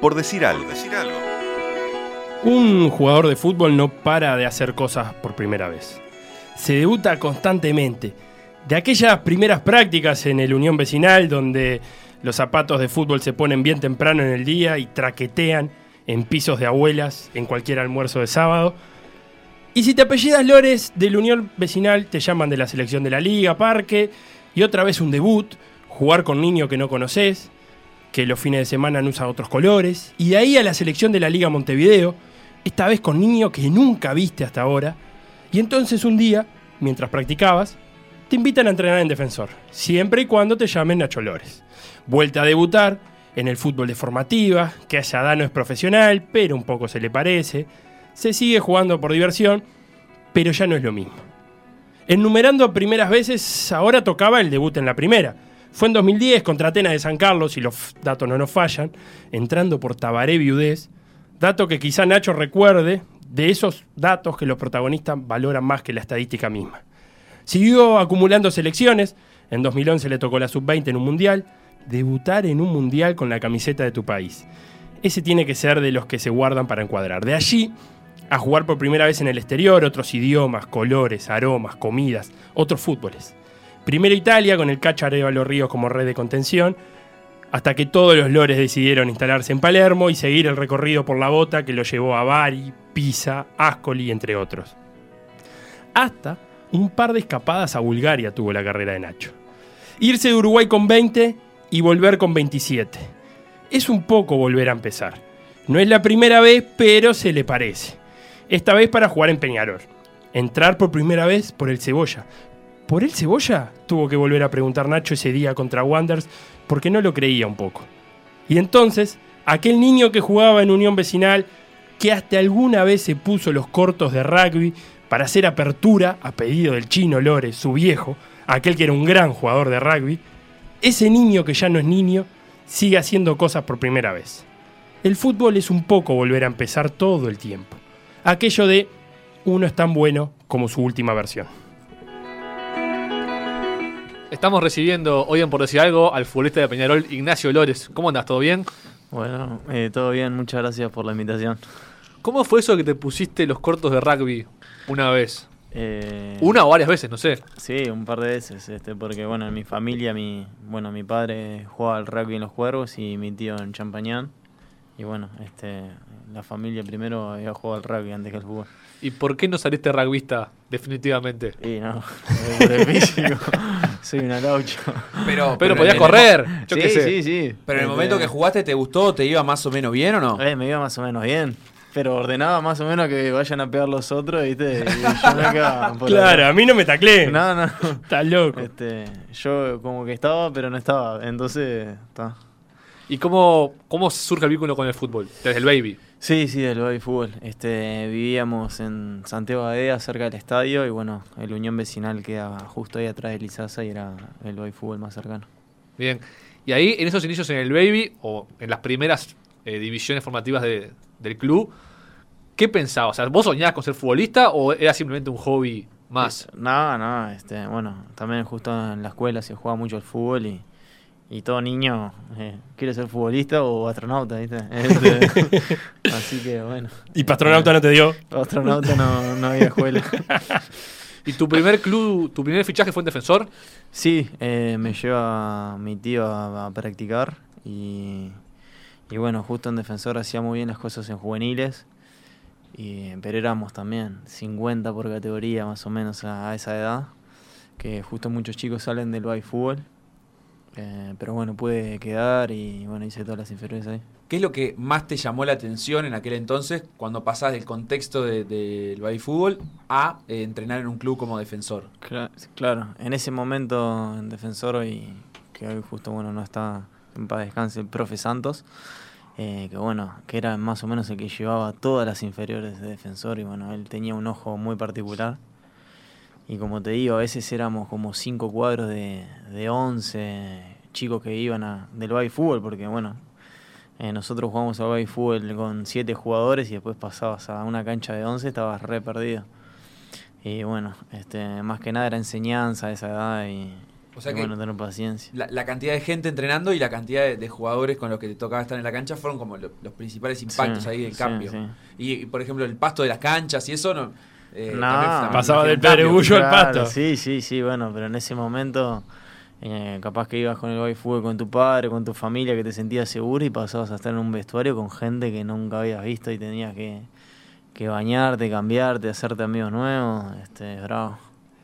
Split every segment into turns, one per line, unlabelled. por decir algo.
Un jugador de fútbol no para de hacer cosas por primera vez. Se debuta constantemente. De aquellas primeras prácticas en el Unión Vecinal, donde los zapatos de fútbol se ponen bien temprano en el día y traquetean en pisos de abuelas, en cualquier almuerzo de sábado. Y si te apellidas Lores del Unión Vecinal, te llaman de la selección de la liga, parque, y otra vez un debut, jugar con niños que no conoces, que los fines de semana no usa otros colores, y de ahí a la selección de la Liga Montevideo, esta vez con niños que nunca viste hasta ahora, y entonces un día, mientras practicabas, te invitan a entrenar en defensor, siempre y cuando te llamen Nacho Lores. Vuelta a debutar en el fútbol de formativa, que allá da no es profesional, pero un poco se le parece, se sigue jugando por diversión, pero ya no es lo mismo. Enumerando primeras veces, ahora tocaba el debut en la primera, fue en 2010 contra Atenas de San Carlos, y los datos no nos fallan, entrando por Tabaré Viudez, dato que quizá Nacho recuerde de esos datos que los protagonistas valoran más que la estadística misma. Siguió acumulando selecciones, en 2011 le tocó la sub-20 en un mundial, debutar en un mundial con la camiseta de tu país. Ese tiene que ser de los que se guardan para encuadrar. De allí a jugar por primera vez en el exterior, otros idiomas, colores, aromas, comidas, otros fútboles. Primero Italia con el Cacha Arevalo Ríos como red de contención, hasta que todos los lores decidieron instalarse en Palermo y seguir el recorrido por la bota que lo llevó a Bari, Pisa, Ascoli, entre otros. Hasta un par de escapadas a Bulgaria tuvo la carrera de Nacho. Irse de Uruguay con 20 y volver con 27. Es un poco volver a empezar. No es la primera vez, pero se le parece. Esta vez para jugar en Peñarol. Entrar por primera vez por el Cebolla, ¿Por el cebolla? Tuvo que volver a preguntar Nacho ese día contra Wanders porque no lo creía un poco. Y entonces, aquel niño que jugaba en Unión Vecinal, que hasta alguna vez se puso los cortos de rugby para hacer apertura a pedido del chino Lores, su viejo, aquel que era un gran jugador de rugby, ese niño que ya no es niño, sigue haciendo cosas por primera vez. El fútbol es un poco volver a empezar todo el tiempo. Aquello de uno es tan bueno como su última versión.
Estamos recibiendo hoy en Por Decir Algo al futbolista de Peñarol, Ignacio Lores. ¿Cómo andas? ¿Todo bien?
Bueno, eh, todo bien, muchas gracias por la invitación.
¿Cómo fue eso que te pusiste los cortos de rugby una vez?
Eh,
Una o varias veces, no sé.
Sí, un par de veces, este, porque bueno, en mi familia, mi, bueno, mi padre jugaba al rugby en los cuervos y mi tío en Champañán. Y bueno, este, la familia primero había jugado al rugby antes que al fútbol.
¿Y por qué no saliste rugbyista definitivamente?
Y no, por el físico, soy una laucha.
Pero,
Pero
podía
podías correr, yo
sí,
qué sé.
sí, sí.
Pero en
Este,
el momento que jugaste, ¿te gustó? ¿Te iba más o menos bien o no?
Eh, me iba más o menos bien. Pero ordenaba más o menos que vayan a pegar los otros, ¿viste? Y yo me quedaba por
Claro, a mí no me
ahí.
taclé.
No, no.
Está loco.
Este, yo como que estaba, pero no estaba. Entonces, está.
¿Y cómo, cómo surge el vínculo con el fútbol? Desde el baby.
Sí, sí, del baby fútbol. Este, vivíamos en Santiago Adea, cerca del estadio, y bueno, el Unión Vecinal queda justo ahí atrás de Lizaza y era el baby fútbol más cercano.
Bien. Y ahí, en esos inicios en el baby, o en las primeras eh, divisiones formativas de- del club, ¿qué pensabas? O sea, ¿Vos soñabas con ser futbolista o era simplemente un hobby más?
No, no, este, bueno, también justo en la escuela se jugaba mucho al fútbol y, y todo niño eh, quiere ser futbolista o astronauta, ¿viste? Este, así que bueno.
Y Pastronauta no te dio.
Astronauta no, no había escuela.
¿Y tu primer club, tu primer fichaje fue en defensor?
Sí, eh, me lleva mi tío a, a practicar y, y bueno, justo en defensor hacía muy bien las cosas en juveniles, y, pero éramos también 50 por categoría más o menos a, a esa edad, que justo muchos chicos salen del baby fútbol, eh, pero bueno, pude quedar y bueno, hice todas las inferiores ahí.
¿Qué es lo que más te llamó la atención en aquel entonces cuando pasás del contexto de- del baby fútbol a eh, entrenar en un club como defensor?
Cla- Claro, en ese momento en defensor hoy, que hoy justo bueno no está en paz descanse el profe Santos, eh, que bueno, que era más o menos el que llevaba todas las inferiores de defensor y bueno, él tenía un ojo muy particular. Y como te digo, a veces éramos como cinco cuadros de, de 11 chicos que iban a, del baby fútbol, porque bueno, eh, nosotros jugamos al baby fútbol con siete jugadores y después pasabas a una cancha de 11, estabas re perdido. Y bueno, este, más que nada era enseñanza a esa edad y,
O sea
y
que
bueno, tener paciencia.
la, la cantidad de gente entrenando y la cantidad de, de jugadores con los que te tocaba estar en la cancha fueron como lo- los principales impactos
Sí,
ahí del
sí,
cambio.
sí.
Y, y, por ejemplo, el pasto de las canchas y eso no. eh,
No.
Pasaba
fue
del
un cambio.
Pedregullo. Yo al pasto.
Sí, sí, sí, bueno, pero en ese momento eh, capaz que ibas con el baby fútbol con tu padre, con tu familia, que te sentías seguro y pasabas a estar en un vestuario con gente que nunca habías visto y tenías que, que bañarte, cambiarte, hacerte amigos nuevos. Este, es bravo.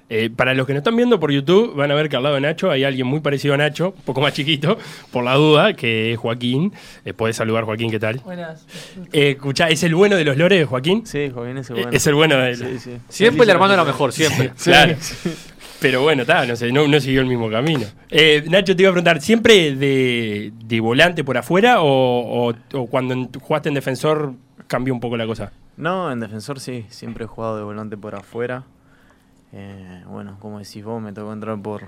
Eh, para los que nos están viendo por YouTube, van a ver que al lado de Nacho hay alguien muy parecido a Nacho, un poco más chiquito, por la duda, que es Joaquín. Eh, podés saludar, Joaquín, ¿qué tal?
Buenas.
Eh, escuchá, ¿es el bueno de los lores, Joaquín?
Sí, Joaquín, ese
Eh,
bueno.
Es el bueno de
Sí, sí.
Siempre el hermano era mejor, siempre.
Claro. Pero bueno, está, no, sé, no, no siguió el mismo camino. Eh, Nacho, te iba a preguntar, ¿siempre de, de volante por afuera o, o- o cuando en- jugaste en defensor cambió un poco la cosa?
No, en defensor sí, siempre he jugado de volante por afuera. Eh, bueno, como decís vos, me tocó entrar por,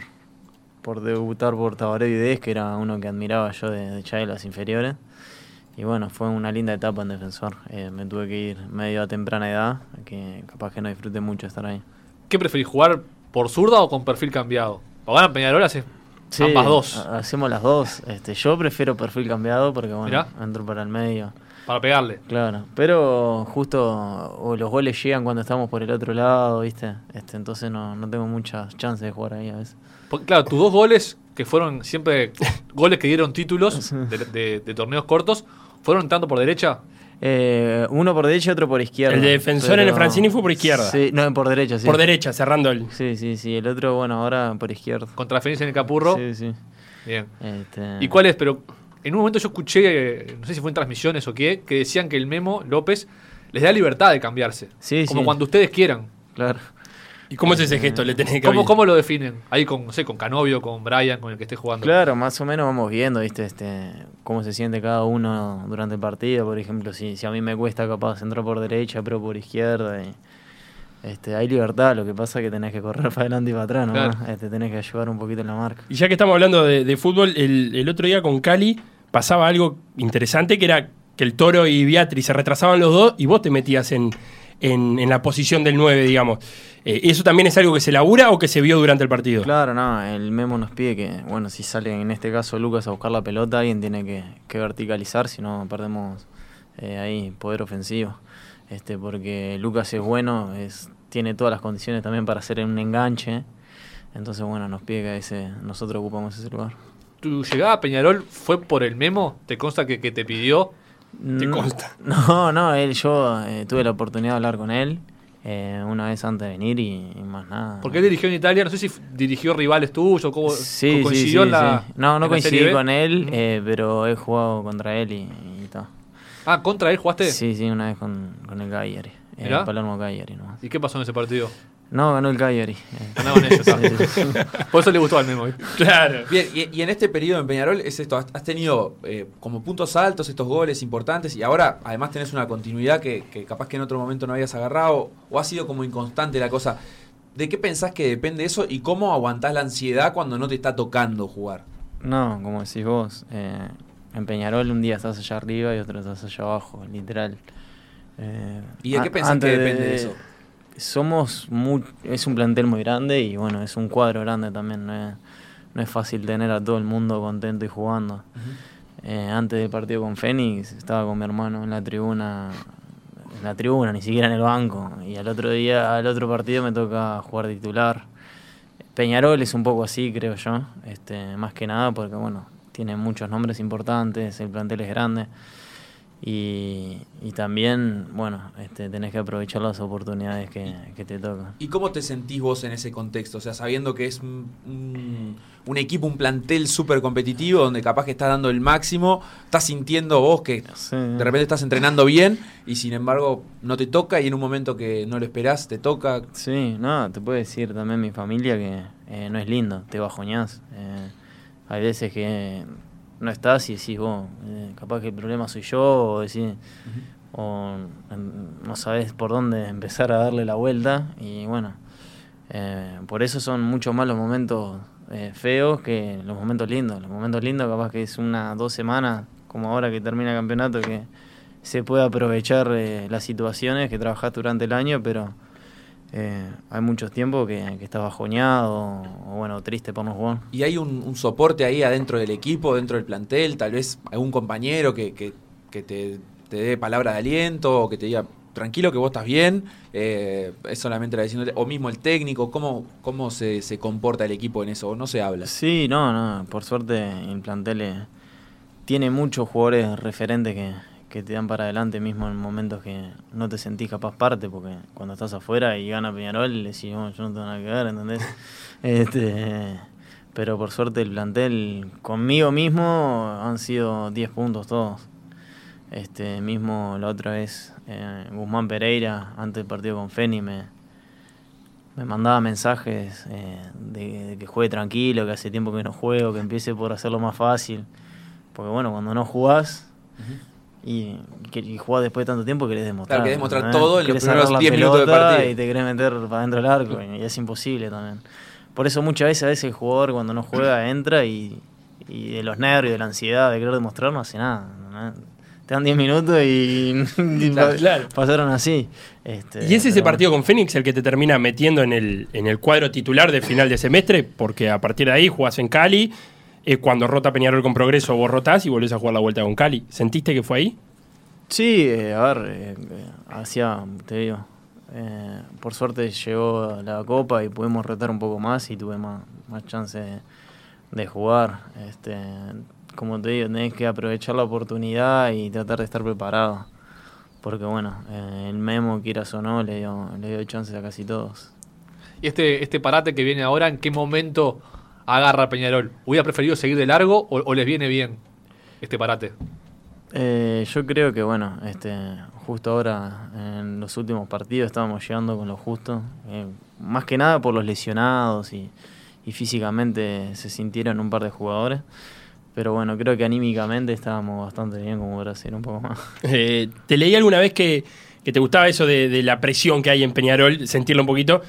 por debutar por Tabaré Vidés, que era uno que admiraba yo de, de Chá de las inferiores. Y bueno, fue una linda etapa en defensor. Eh, me tuve que ir medio a temprana edad, que capaz que no disfruté mucho estar ahí.
¿Qué preferís, jugar por zurda o con perfil cambiado? O ganan Peñarol hace
Sí, Ah,
ambas dos
ha- Hacemos las dos. Este, yo prefiero perfil cambiado porque bueno,
Mirá.
entro para el medio.
para pegarle.
Claro, pero justo o los goles llegan cuando estamos por el otro lado, ¿viste? Este, entonces no, no tengo muchas chances de jugar ahí a veces.
Porque, claro, tus dos goles, que fueron siempre goles que dieron títulos de, de- de torneos cortos, fueron tanto por derecha.
Eh, uno por derecha y otro por izquierda.
El de defensor en el Francini fue por izquierda.
Sí, no, por derecha, sí.
Por derecha, cerrando el...
Sí, sí, sí. El otro, bueno, ahora por izquierda.
Contra Fénix en el Capurro.
Sí, sí.
Bien.
Este,
¿Y cuál es? Pero en un momento yo escuché, eh, no sé si fue en transmisiones o qué, que decían que el Memo López les da libertad de cambiarse.
Sí,
como
sí.
cuando ustedes quieran.
Claro.
¿Y cómo es ese gesto? Le tenés que
¿Cómo,
avisar.
¿Cómo lo definen? Ahí con, no sé, con Canovio, con Brian, con el que esté jugando.
Claro, más o menos vamos viendo, ¿viste? Este, cómo se siente cada uno durante el partido. Por ejemplo, si, si a mí me cuesta capaz entrar por derecha, pero por izquierda. y, este, hay libertad, lo que pasa es que tenés que correr para adelante y para atrás, ¿no?
Claro.
Este, tenés que ayudar un poquito en la marca.
Y ya que estamos hablando de, de fútbol, el, el otro día con Cali pasaba algo interesante que era que el Toro y Beatriz se retrasaban los dos y vos te metías en, en- en la posición del 9, digamos. Eh, ¿Eso también es algo que se labura o que se vio durante el partido?
Claro, no, el Memo nos pide que, bueno, si sale en este caso Lucas a buscar la pelota, alguien tiene que, que verticalizar, si no perdemos eh, ahí poder ofensivo. Este, porque Lucas es bueno, es, tiene todas las condiciones también para hacer un enganche. Entonces, bueno, nos pide que a veces nosotros ocupamos ese lugar.
¿Tu llegada a Peñarol fue por el Memo? ¿Te consta que, que te pidió?
¿Te
consta?
No, no, él, yo eh, tuve la oportunidad de hablar con él eh, una vez antes de venir y, y más nada.
Porque él dirigió en Italia, no sé si f- dirigió rivales tuyos, cómo
Sí,
co-
sí,
coincidió
sí,
en la.
sí. No, no
en la Serie
coincidí
B.
con él, eh, pero he jugado contra él y, y todo.
Ah, contra él jugaste.
Sí, sí, una vez con, con el Cagliari. eh,
Mirá.
el Palermo Cagliari nomás.
¿Y qué pasó en ese partido?
No, ganó el Cagliari. eh.
Ganaron ellos. ah.
Sí, sí.
Por eso le gustó al Memo. ¿eh?
Claro.
Bien, y, y en este periodo en Peñarol es esto, has has tenido eh, como puntos altos estos goles importantes y ahora además tenés una continuidad que, que capaz que en otro momento no habías agarrado o ha sido como inconstante la cosa. ¿De qué pensás que depende eso y cómo aguantás la ansiedad cuando no te está tocando jugar?
No, como decís vos, eh, en Peñarol un día estás allá arriba y otro estás allá abajo, literal. Eh,
¿Y de
a-
qué pensás que
antes
depende de eso?
Somos muy, es un plantel muy grande y bueno, es un cuadro grande también, no es, no es fácil tener a todo el mundo contento y jugando. Eh, antes del partido con Fénix estaba con mi hermano en la tribuna, en la tribuna, ni siquiera en el banco. Y al otro día, al otro partido me toca jugar de titular. Peñarol es un poco así, creo yo, este, más que nada porque bueno, tiene muchos nombres importantes, el plantel es grande. Y, y también, bueno, este, tenés que aprovechar las oportunidades que, que te tocan.
¿Y cómo te sentís vos en ese contexto? O sea, sabiendo que es un, un- un equipo, un plantel súper competitivo donde capaz que estás dando el máximo, estás sintiendo vos que
Sí.
De repente estás entrenando bien y sin embargo no te toca y en un momento que no lo esperás te toca.
Sí, no, te puedo decir también mi familia que eh, no es lindo, te bajoñás. Eh, hay veces que no estás y decís, vos, eh, capaz que el problema soy yo, o decís, o mm, no sabes por dónde empezar a darle la vuelta. Y bueno, eh, por eso son mucho más los momentos eh, feos que los momentos lindos. Los momentos lindos capaz que es una, dos semanas, como ahora que termina el campeonato, que se puede aprovechar eh, las situaciones que trabajaste durante el año, pero eh, hay muchos tiempos que, que estás bajoneado o, o, bueno, triste por no jugar.
¿Y hay un, un, soporte ahí adentro del equipo, dentro del plantel? Tal vez algún compañero que, que, que te, te dé palabra de aliento o que te diga, tranquilo que vos estás bien, eh, es solamente la decisión, o mismo el técnico, cómo, cómo se, se, comporta el equipo en eso, o no se habla.
Sí, no, no, por suerte el plantel eh, tiene muchos jugadores referentes que, que, te dan para adelante mismo en momentos que no te sentís capaz parte, porque cuando estás afuera y gana Peñarol, decís, oh, yo no tengo nada que ver, ¿entendés? este, eh, pero por suerte el plantel conmigo mismo han sido 10 puntos todos. Este mismo la otra vez eh, Guzmán Pereira, antes del partido con Feni, me, me mandaba mensajes eh, de, de, que juegue tranquilo, que hace tiempo que no juego, que empiece por hacerlo más fácil. Porque bueno, cuando no jugás uh -huh. y, que, y, jugás después de tanto tiempo, querés demostrar.
Claro, querés demostrar ¿no? todo en
querés
los primeros 10 minutos del partido.
Y te querés meter para dentro del arco, y, y, es imposible también. Por eso muchas veces a veces el jugador cuando no juega entra y, y de los nervios, de la ansiedad, de querer demostrar, no hace nada. ¿no? te dan 10 minutos y, claro, claro. pasaron así. Este,
y es ese partido bueno. con Fénix el que te termina metiendo en el, en el cuadro titular de final de semestre, porque a partir de ahí jugás en Cali, eh, cuando rota Peñarol con Progreso vos rotás y volvés a jugar la vuelta con Cali. ¿Sentiste que fue ahí?
Sí, eh, a ver, eh, hacia, te digo, eh, por suerte llegó la copa y pudimos rotar un poco más y tuve más, más chance de, de jugar. Este, como te digo, tenés que aprovechar la oportunidad y tratar de estar preparado. Porque bueno, eh, el memo, quieras o no, le dio, le dio chances a casi todos.
¿Y este, este parate que viene ahora, en qué momento agarra Peñarol? ¿Hubiera preferido seguir de largo o, o les viene bien este parate?
Eh, yo creo que bueno, este, justo ahora en los últimos partidos estábamos llegando con lo justo. Eh, más que nada por los lesionados y, y físicamente se sintieron un par de jugadores. Pero bueno, creo que anímicamente estábamos bastante bien como Brasil, un poco más.
Eh, te leí alguna vez que, que te gustaba eso de, de, la presión que hay en Peñarol, sentirlo un poquito,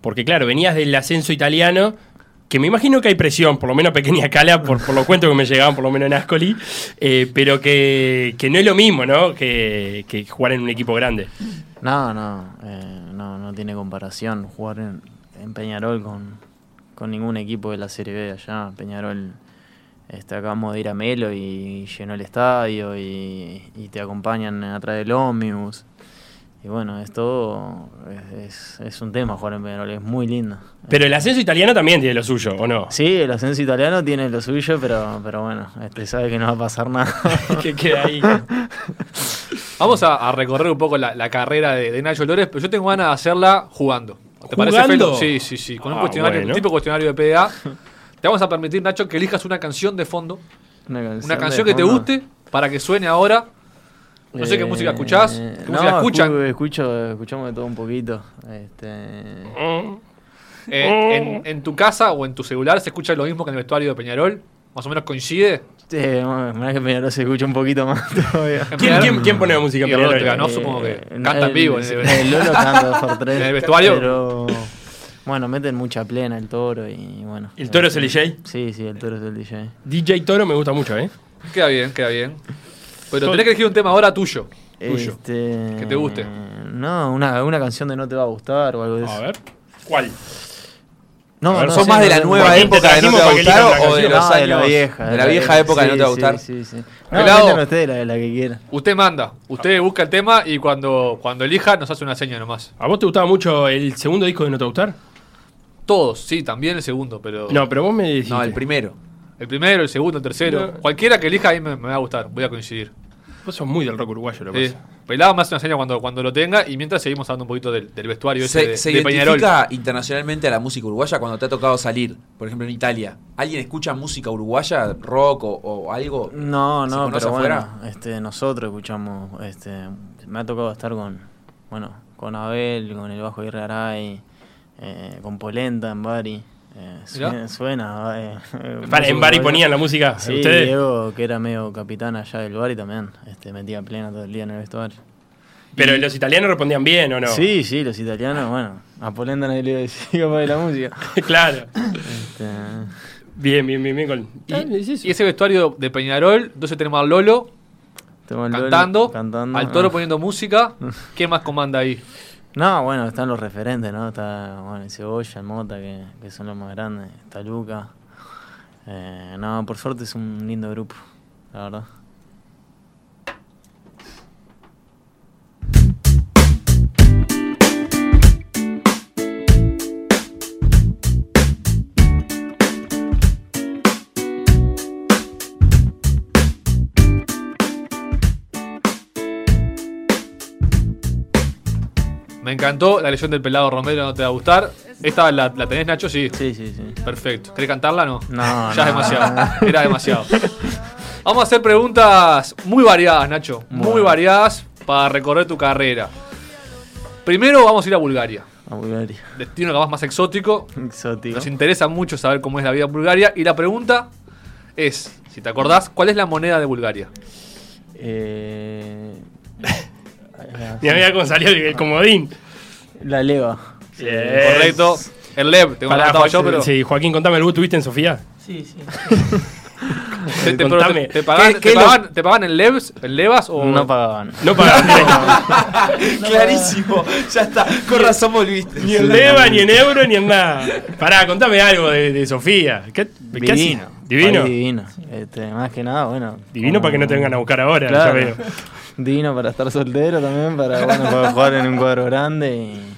porque claro, venías del ascenso italiano, que me imagino que hay presión, por lo menos a pequeña cala, por, por los cuentos que me llegaban, por lo menos en Ascoli, eh, pero que, que, no es lo mismo, ¿no? Que, que, jugar en un equipo grande.
No, no, eh, no, no tiene comparación jugar en, en, Peñarol con, con ningún equipo de la Serie B allá. Peñarol... Este, acabamos de ir a Melo y llenó el estadio y, y te acompañan atrás del ómnibus. Y bueno, es todo. Es, es, es un tema jugar en Peñarol, es muy lindo.
Pero el ascenso italiano también tiene lo suyo, ¿o no?
Sí, el ascenso italiano tiene lo suyo, pero, pero bueno, este, sabe que no va a pasar nada.
que queda ahí.
Vamos a, a, recorrer un poco la, la carrera de, de, Nacho Lores, pero yo tengo ganas de hacerla jugando. ¿Te
¿Jugando?
parece, Felo? Sí, sí, sí. Con un ah, cuestionario, bueno. tipo cuestionario de PDA. Te vamos a permitir, Nacho, que elijas una canción de fondo. Una canción, una canción que fondo. te guste para que suene ahora. No sé qué eh, música escuchás. ¿Qué no, música escuchan?
Escucho, escuchamos de todo un poquito. Este...
Eh, en, en, tu casa o en tu celular se escucha lo mismo que en el vestuario de Peñarol? ¿Más o menos coincide?
Sí, más que Peñarol se escucha un poquito más todavía.
¿Quién, ¿quién, quién pone la música en Peñarol?
Peñarol? Eh, no, supongo que canta en vivo.
El, el Lolo canta por tres.
¿En el vestuario?
Pero... Bueno, meten mucha plena el toro y bueno. Este,
¿El toro es el DJ?
Sí, sí, el toro es el DJ.
DJ Toro me gusta mucho, ¿eh?
Queda bien, queda bien. Pero tenés que elegir un tema ahora tuyo.
Tuyo. Este...
Que te guste.
No, una, una, canción de No Te Va a Gustar o algo de eso.
A ver. ¿Cuál?
No, ver, no ¿Son no, más sí, de la nueva época de No Te Va a Gustar o de los años?
De la vieja.
De la vieja época de No Te Va a Gustar.
Sí, sí, sí. No, usted la, la que quiera.
Usted manda. Usted busca el tema y cuando, cuando elija nos hace una seña nomás.
¿A vos te gustaba mucho el segundo disco de No Te Va a Gustar?
Todos, sí, también el segundo, pero.
No, pero vos me dijiste.
No, el primero.
El primero, el segundo, el tercero. No. Cualquiera que elija ahí me, me, va a gustar, voy a coincidir.
Vos sos muy del rock uruguayo, lo que sí. pasa.
Pelado me hace una seña cuando, cuando lo tenga y mientras seguimos hablando un poquito del, del vestuario
se,
ese de,
se
de
identifica
Peñarol.
internacionalmente a la música uruguaya cuando te ha tocado salir, por ejemplo en Italia. ¿Alguien escucha música uruguaya, rock o, o algo?
No, no, pero afuera? bueno, este, nosotros escuchamos, este, me ha tocado estar con, bueno, con Abel, con el bajo Irraray, eh, con polenta en Bari. Eh, suena. suena eh,
en Bari ponían la música.
Sí, ¿ustedes? Diego, que era medio capitán allá del Bari también, este, metía plena todo el día en el vestuario.
Pero y, los italianos respondían bien, ¿o no?
Sí, sí, los italianos, bueno. A Polenta nadie le decía capaz de la música.
claro. Este... Bien, bien, bien, bien. Con... Ah,
¿Y, ¿Y, ese vestuario de Peñarol, entonces tenemos al Lolo,
tenemos
cantando,
Lolo cantando,
al Toro ah. poniendo música. ¿Qué más comanda ahí?
No, bueno, están los referentes, ¿no? Está bueno, el Cebolla, el Mota, que, que son los más grandes. Está Luca. Eh, no, por suerte es un lindo grupo, la verdad.
Me encantó la leyenda del pelado Romero, no te va a gustar. ¿Esta la, la tenés, Nacho? Sí.
Sí, sí, sí.
Perfecto. ¿Querés cantarla? No.
No,
ya es
no.
demasiado. Era demasiado. Vamos a hacer preguntas muy variadas, Nacho. Muy
Bueno.
variadas para recorrer tu carrera. Primero vamos a ir a Bulgaria.
A Bulgaria.
Destino capaz más exótico.
Exótico.
Nos interesa mucho saber cómo es la vida en Bulgaria. Y la pregunta es, si te acordás, ¿cuál es la moneda de Bulgaria?
Eh,
Mi amiga cómo salió el comodín.
la leva.
Yes.
Correcto. El Lev, te
Pará,
contaba yo,
Joaquín,
pero
Sí, Joaquín, contame, ¿el bus tuviste en Sofía?
Sí, sí.
te, te-
contame.
te- te pagan,
¿Qué-
te
qué lo-
pagan- te pagan en Levs, en Levas o
No pagaban.
No pagaste.
Clarísimo, ya está. Con razón volviste.
ni en leva, ni en euro, ni en nada. Pará, contame algo de, de Sofía. ¿Qué, qué haces?
Divino.
¿Divino?
País Divino. Este, más que nada, bueno.
Divino para que no te vengan a buscar ahora, ya
Claro.
veo.
Divino para estar soltero también, para, bueno, para jugar en un cuadro grande. y-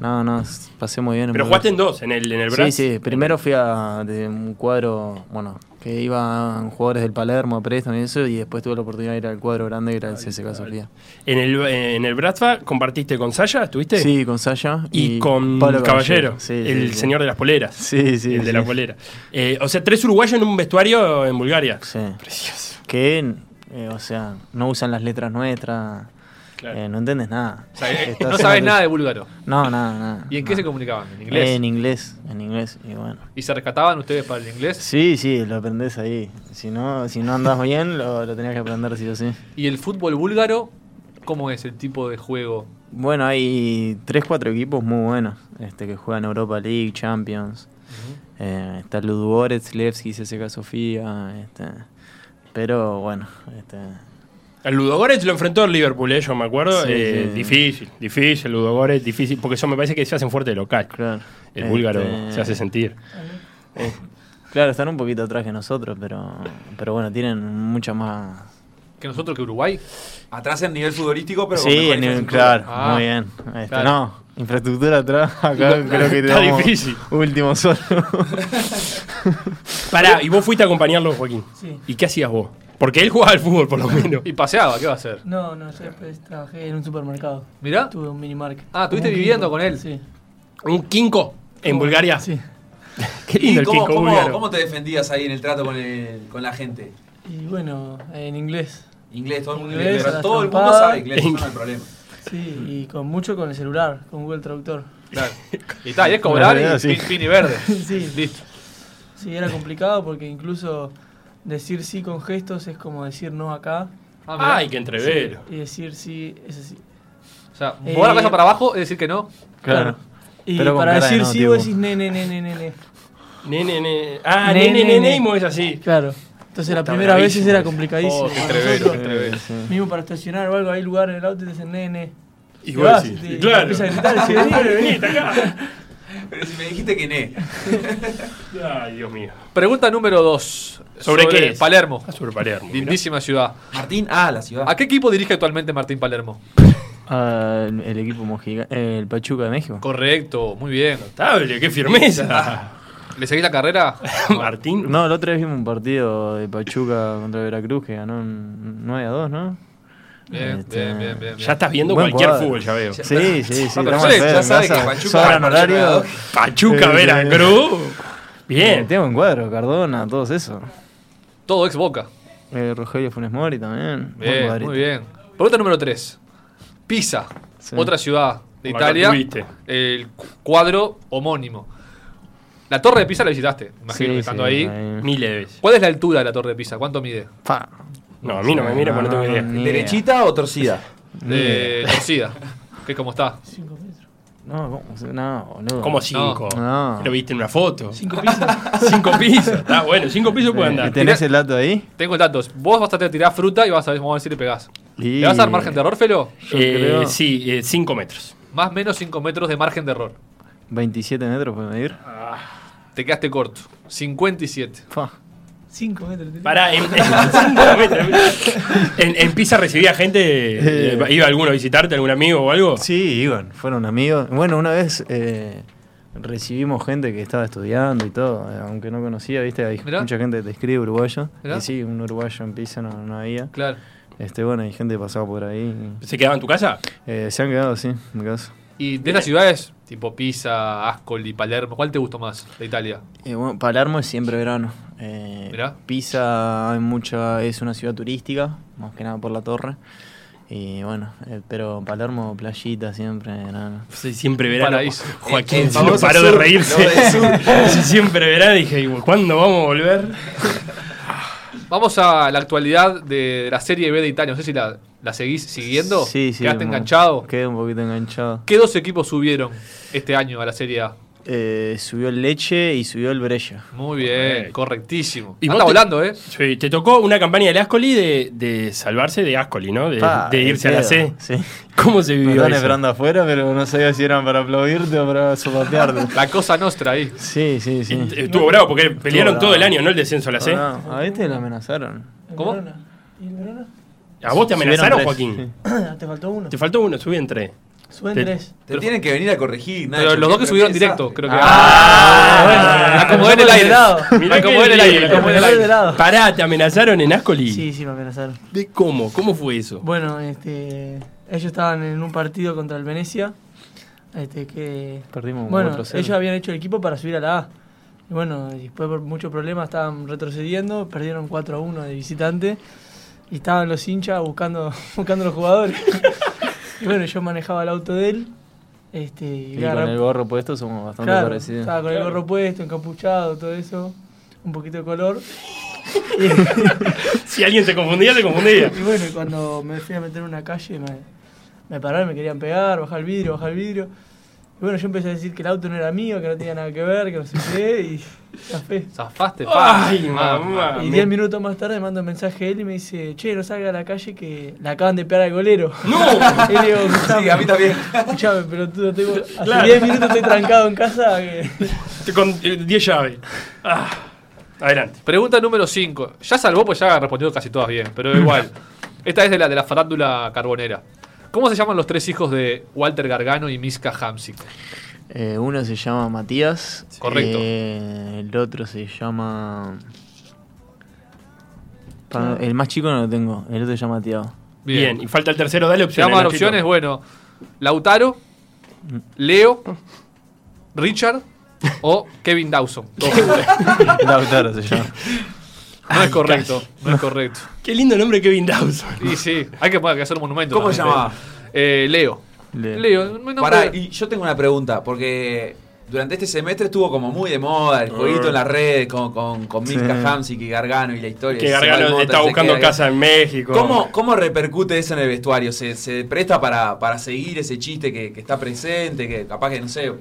No, no, s- pasé muy bien. en
Pero
Bulgaria.
jugaste en dos, en el, en el
Sí,
Brás.
sí. Primero fui a de un cuadro, bueno, que iban jugadores del Palermo a préstamo y eso, y después tuve la oportunidad de ir al cuadro grande que era el CSK Sofía.
En el, en el Bradfa compartiste con Saya, ¿estuviste?
Sí, con Saya
Y, con Caballero,
Sí,
el
sí, sí.
señor de las poleras.
Sí, sí,
el de
sí.
la polera. Eh, o sea, tres uruguayos en un vestuario en Bulgaria.
Sí.
Precioso.
Que, eh, o sea, no usan las letras nuestras.
Claro.
eh, no entiendes nada.
O sea, eh,
Estás
no sabes
haciendo-
nada de búlgaro.
No, nada, nada.
¿Y en qué
nada.
se comunicaban? ¿En
Eh,
inglés?
en inglés, en inglés, y bueno.
¿Y se rescataban ustedes para el inglés?
Sí, sí, lo aprendés ahí. Si no, si no andás bien, lo, lo tenías que aprender sí o sí.
¿Y el fútbol búlgaro? ¿Cómo es el tipo de juego?
Bueno, hay 3-4 equipos muy buenos este, que juegan Europa League, Champions. Eh, está Ludogorets, Levski, CSKA Sofía. Este, pero bueno, este,
Al Ludogorets lo enfrentó el Liverpool, eh, yo me acuerdo.
Sí,
Eh,
sí.
Difícil, difícil, Ludogorets, difícil. Porque eso me parece que se hacen fuerte de local.
claro.
El búlgaro
Este,
se hace sentir.
eh, claro, están un poquito atrás que nosotros, pero, pero bueno, tienen mucha más.
¿Que nosotros que Uruguay?
Atrás en nivel futbolístico, pero con
sí,
mejor
en el-
infraestructura.
claro,
Ah,
muy bien. Este,
claro.
No, infraestructura atrás, acá creo que
Está
tenemos
difícil.
Último solo.
Pará, y vos fuiste a acompañarlo, Joaquín.
Sí.
¿Y qué hacías vos? Porque él jugaba al fútbol, por lo menos.
Y paseaba, ¿qué va a hacer?
No, no, yo después trabajé en un supermercado.
Mirá.
Tuve un minimarket.
Ah, ¿estuviste
Un
viviendo
quinto.
con él?
Sí.
Un quinco en Bulgaria.
Sí.
Qué
¿Y
lindo el
cómo,
quinco
cómo-
búlgaro.
cómo te defendías ahí en el trato con, el- con la gente?
Y bueno, en inglés.
Inglés, todo el mundo,
Inglés,
pero
las
todo el mundo
trompadas.
sabe inglés, eso no es el problema.
Sí, y con mucho con el celular, con Google Traductor.
Claro. Y está, y es cobrar
La verdad,
y
sí.
pin, pin y verde.
Sí.
Listo.
Sí, era complicado porque incluso decir sí con gestos es como decir no acá.
Ah, mirá.
Ay, qué entrevero.
Y decir sí es así.
O sea, mover
Eh,
la cabeza para abajo es decir que no.
Claro.
Y
Pero con
para
cara de
decir
no,
sí
tipo.
vos decís nene, nene, nene, nene.
Nene, nene. Ah,
Nene,
nene, nene,
nene.
y movés así.
Claro. Entonces la
Está
primera vez
bravísimo
era
eso.
complicadísimo.
Oh, qué
Para
entrevero,
nosotros,
qué entrevero.
Sí.
Mismo para estacionar o algo, hay lugar en el auto y te dicen nene.
Y
Te
vos
vas,
decís,
y te-
claro.
te empiezan a gritar, decís, "Nene,
Vení,
vení".
acá.
Pero si me dijiste que ne.
Ay, Dios mío.
Pregunta número dos.
¿Sobre qué es? Ah,
Palermo.
Está sobre Palermo. mirá.
Lindísima ciudad.
Martín, ah, la ciudad.
¿A qué equipo dirige actualmente Martín Palermo?
Ah, el- el equipo Mojica, el Pachuca de México.
Correcto, muy bien.
Notable, qué firmeza.
¿Le seguís la carrera?
Martín.
No, el otro día vimos un partido de Pachuca contra Veracruz que ganó un 9 a 2, ¿no?
Bien,
Este,
bien, bien, bien.
Ya estás viendo
Buen
cualquier
cuadro.
fútbol, ya veo.
Sí, sí, sí.
Ah,
estamos
perfecto, ya
en
sabe
casa,
que Pachuca
sobran
va a
horario.
Pachuca.
Pachuca,
Eh,
Veracruz.
Eh,
Bien.
Tengo un cuadro, Cardona, todos eso.
Todo ex Boca.
Eh, Rogelio Funes Mori también. buen
Bien,
cuadrito.
muy bien. Pregunta número 3. Pisa,
Sí.
otra ciudad de
Como acá
Italia.
tuviste.
El cu- cuadro homónimo. La torre de Pisa la visitaste, imagino,
Sí,
estando
sí,
ahí.
Miles de veces.
¿Cuál es la altura de la torre de Pisa? ¿Cuánto mide?
Pa.
No, a mí no me mira porque no tengo idea.
ni idea.
¿Derechita o torcida?
De torcida. ¿Qué cómo está?
Cinco metros.
No, ¿cómo se- no, boludo.
Como cinco.
No.
Lo viste en una foto.
Cinco pisos.
Cinco pisos. Está bueno, cinco pisos puede
Eh,
andar.
¿Tenés el dato ahí?
Tengo datos. Vos vas a tirar fruta y vas a ver, vamos a ver si le pegás.
Y-
¿Le vas a dar margen de error, Felo?
Yo
Eh,
creo-
Sí, eh, cinco metros.
Más o menos 5 metros de margen de error.
27 metros puede medir.
Te quedaste corto. 57.
Fa.
5 metros. tenía.
Pará, en, en, en Pisa recibía gente, eh, iba alguno a visitarte, algún amigo o algo.
Sí, iban, fueron amigos. Bueno, una vez eh, recibimos gente que estaba estudiando y todo, eh, aunque no conocía, viste, hay
Mirá.
mucha gente que te escribe uruguayo.
Mirá.
Y sí, un uruguayo en Pisa no, no había.
Claro.
Este, bueno, hay gente que pasaba por ahí.
¿Se quedaba en tu casa?
Eh, se han quedado, sí, en mi caso.
Y de las ciudades, tipo Pisa, Ascoli, Palermo, ¿cuál te gustó más de Italia?
Eh, bueno, Palermo es siempre verano. Eh,
Mirá.
Pisa hay mucha, es una ciudad turística, más que nada por la torre. Y bueno, eh, pero Palermo, playita siempre, verano.
Sí, siempre verano.
Paraíso.
Joaquín
El
se no
famoso
paró de
sur,
reírse.
lo del
Sí, siempre verano dije, "Y, ¿cuándo vamos a volver?
Vamos a la actualidad de la Serie B de Italia. No sé si la, la seguís siguiendo.
Sí, sí.
¿Quedaste
mo-
enganchado?
Quedé un poquito enganchado.
¿Qué dos equipos subieron este año a la Serie A?
Eh, subió el Leche y subió el Brescia.
Muy bien,
Ok.
correctísimo.
Y vos
Anda
te-
volando, ¿eh?
Sí, te tocó una campaña del Ascoli de, de salvarse de Ascoli, ¿no? De,
Pa,
de irse a la C.
Sí.
¿Cómo se
Me
vivió
estaban
eso?
esperando afuera, pero no sabía si eran para aplaudirte o para sopatearte.
La cosa nostra ahí.
Sí, sí, sí.
Eh, Estuvo bravo porque pelearon
bravo.
todo el año, ¿no? El descenso a la C.
No, no, a este lo amenazaron.
El
¿Cómo?
Verona. ¿Y el Verona?
¿A vos te
Subieron
amenazaron,
tres,
Joaquín?
Te faltó uno.
Te faltó uno, subí en tres.
Suben
te-
tres.
Te tienen que venir a corregir, Nacho.
Pero los dos que
Pero
subieron
qué
directo,
desastre.
creo que.
Ah, bueno,
la acomodé en el
Empezamos
aire.
lado.
Mirá
La acomodé
que
en el aire, la
bien.
acomodé en el
Empezamos
aire.
de lado.
Pará, ¿te amenazaron en Ascoli?
Sí, sí, me amenazaron.
¿De cómo? ¿Cómo fue eso?
Bueno, este, ellos estaban en un partido contra el Venecia. Este, que,
Perdimos
bueno,
4-0.
ellos habían hecho el equipo para subir a la A. Y bueno, después por muchos problemas estaban retrocediendo, perdieron 4 a 1 de visitante. Y estaban los hinchas buscando, buscando los jugadores. y bueno, yo manejaba el auto de él. Este, y
Y
voy a
con
agarrar-
el gorro puesto somos bastante
Claro,
parecidos.
estaba con el gorro puesto, encapuchado, todo eso. Un poquito de color.
Si alguien se confundía, se confundía.
Y bueno, y cuando me fui a meter en una calle, me, me pararon, me querían pegar, bajar el vidrio, bajar el vidrio. Y bueno, yo empecé a decir que el auto no era mío, que no tenía nada que ver, que no sé qué, y ya fue.
Zafaste, pa.
Ay, mamá.
Y 10 minutos más tarde me manda un mensaje a él y me dice, che, no salga a la calle que le acaban de pegar al golero. ¡No! Y le digo,
Sí, a mí también.
escuchame, pelotudo, tengo, hace
Claro.
10 minutos estoy trancado en casa. que-
Te Con 10 llaves. Ah, adelante.
Pregunta número 5. Ya salvó, pues ya respondió casi todas bien, pero igual. Esta es de la, de la farándula carbonera. ¿Cómo se llaman los tres hijos de Walter Gargano y Miska Hamsik?
Eh, uno se llama Matías.
Correcto.
Eh, el otro se llama. Pa- el más chico no lo tengo. El otro se llama Tiago.
Bien. y falta el tercero, dale
Se
opciones.
llaman
Nachito.
opciones, bueno. Lautaro, Leo, Richard o Kevin Dawson.
Lautaro se llama.
No es correcto, no es correcto.
Qué lindo nombre Kevin Dawson.
Y sí, hay que, hay que hacer un monumento.
¿Cómo se
también.
llamaba?
Eh, Leo.
Leo.
Leo, no, no,
Pará,
pero-
y yo tengo una pregunta, porque durante este semestre estuvo como muy de moda el jueguito en la red con, con, con Milka
Ah. Sí.
Hamsik y Gargano y la historia.
Que
Se va el
Gargano
Mota,
estaba
se
buscando
queda-
casa en México.
¿Cómo, ¿Cómo repercute eso en el vestuario? ¿Se, se presta para, para seguir ese chiste que, que está presente? Que capaz que, no sé,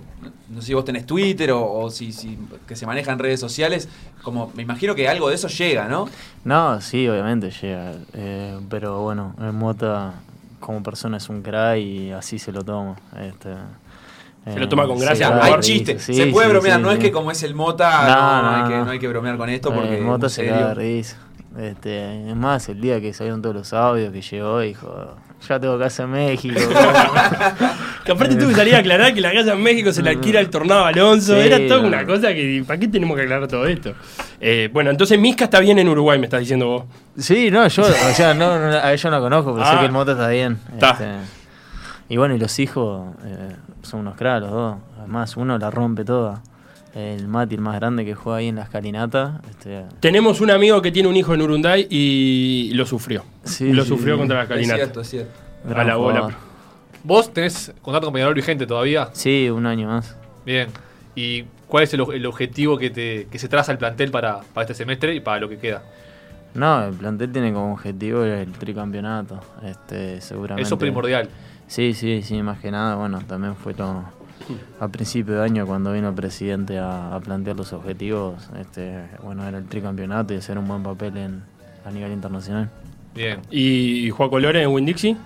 no sé si vos tenés Twitter o, o si, si- que se manejan redes sociales. Como, me imagino que algo de eso llega, ¿no?
No, sí, obviamente llega. eh, pero bueno, el Mota como persona es un crack y así se lo toma. Este, eh,
Se lo toma con gracia,
o
con
sea,
da
hay
humor.
chiste.
risa,
se
sí,
puede
sí,
bromear,
sí,
no es
sí.
que como es el mota,
No,
no,
no,
hay que,
no.
no hay que bromear con esto
Eh,
porque.
el
es
Mota
muy
se
serio.
da risa. Este, es más, el día que salieron todos los audios que llegó, dijo: Ya tengo casa en México.
Que aparte tuve que salir a aclarar que la casa en México se la alquila el tornado Alonso.
Sí,
Era toda
no.
una cosa que. ¿Para qué tenemos que aclarar todo esto? Eh, bueno, entonces Misca está bien en Uruguay, me estás diciendo vos.
Sí, no, yo, o sea, no, no, a ella no la conozco, pero
Ah.
sé que el Mota está bien.
Está.
Este, y bueno, y los hijos eh, son unos cracks los dos. Además, uno la rompe toda. El Mati, el más grande que juega ahí en la escalinata. Este,
Tenemos un amigo que tiene un hijo en Urunday y lo sufrió.
Sí,
lo
sí,
sufrió
sí.
contra la
Es
calinata.
cierto, es cierto.
A la
gran
bola.
jugador.
¿Vos tenés contrato con Peñarol vigente todavía?
Sí, un año más.
Bien. ¿Y cuál es el, o- el objetivo que, te, que se traza el plantel para, para este semestre y para lo que queda?
No, el plantel tiene como objetivo el tricampeonato, este, seguramente.
Eso es primordial.
Sí, sí, sí, más que nada, bueno, también fue todo a principio de año cuando vino el presidente a, a plantear los objetivos, este, bueno, era el tricampeonato y hacer un buen papel en, a nivel internacional.
Bien.
¿Y Juan Colores en Windixi?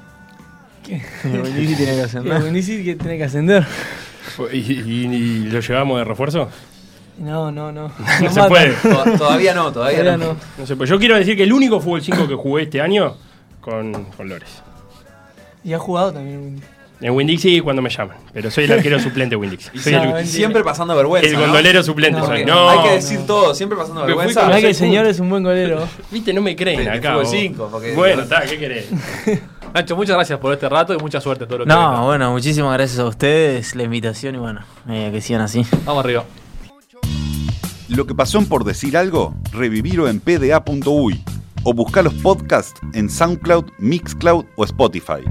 Que,
Brindisi tiene que
que
ascender.
Brindisi que tiene que ascender.
¿Y, y- y lo llevamos de refuerzo?
No, no, no.
No
Nos
se
matan.
puede.
To- todavía no, todavía,
Todavía
no.
no.
No se puede. Yo quiero decir que el único fútbol 5 que jugué este año con, con Lores.
Y ha jugado también.
En Windix sí cuando me llaman, pero soy el arquero suplente de Windix.
Y
Soy
saben-
el,
sie- siempre pasando vergüenza.
el
¿no?
gondolero suplente.
No,
soy.
Porque
No,
hay que decir todo, siempre pasando
Me fui
vergüenza.
con
Mirá que el
ese
señor es un buen golero.
viste, no me creen
Del
acá.
fútbol
vos.
cinco, porque-
bueno, está, ¿qué querés?
Nacho, muchas gracias por este rato y mucha suerte en todo lo que
No,
venga.
bueno, muchísimas gracias a ustedes, la invitación y bueno, eh, que sigan así.
Vamos arriba.
Lo que pasó en por decir algo, revivirlo en pda.uy o buscar los podcasts en SoundCloud, Mixcloud o Spotify.